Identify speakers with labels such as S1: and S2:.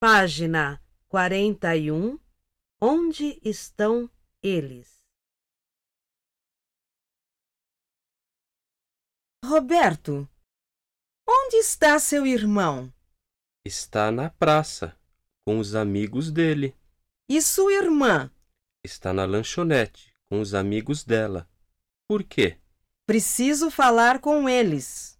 S1: Página 41. Onde estão eles?
S2: Roberto, onde está seu irmão?
S3: Está na praça, com os amigos dele.
S2: E sua irmã?
S3: Está na lanchonete, com os amigos dela. Por quê?
S2: Preciso falar com eles.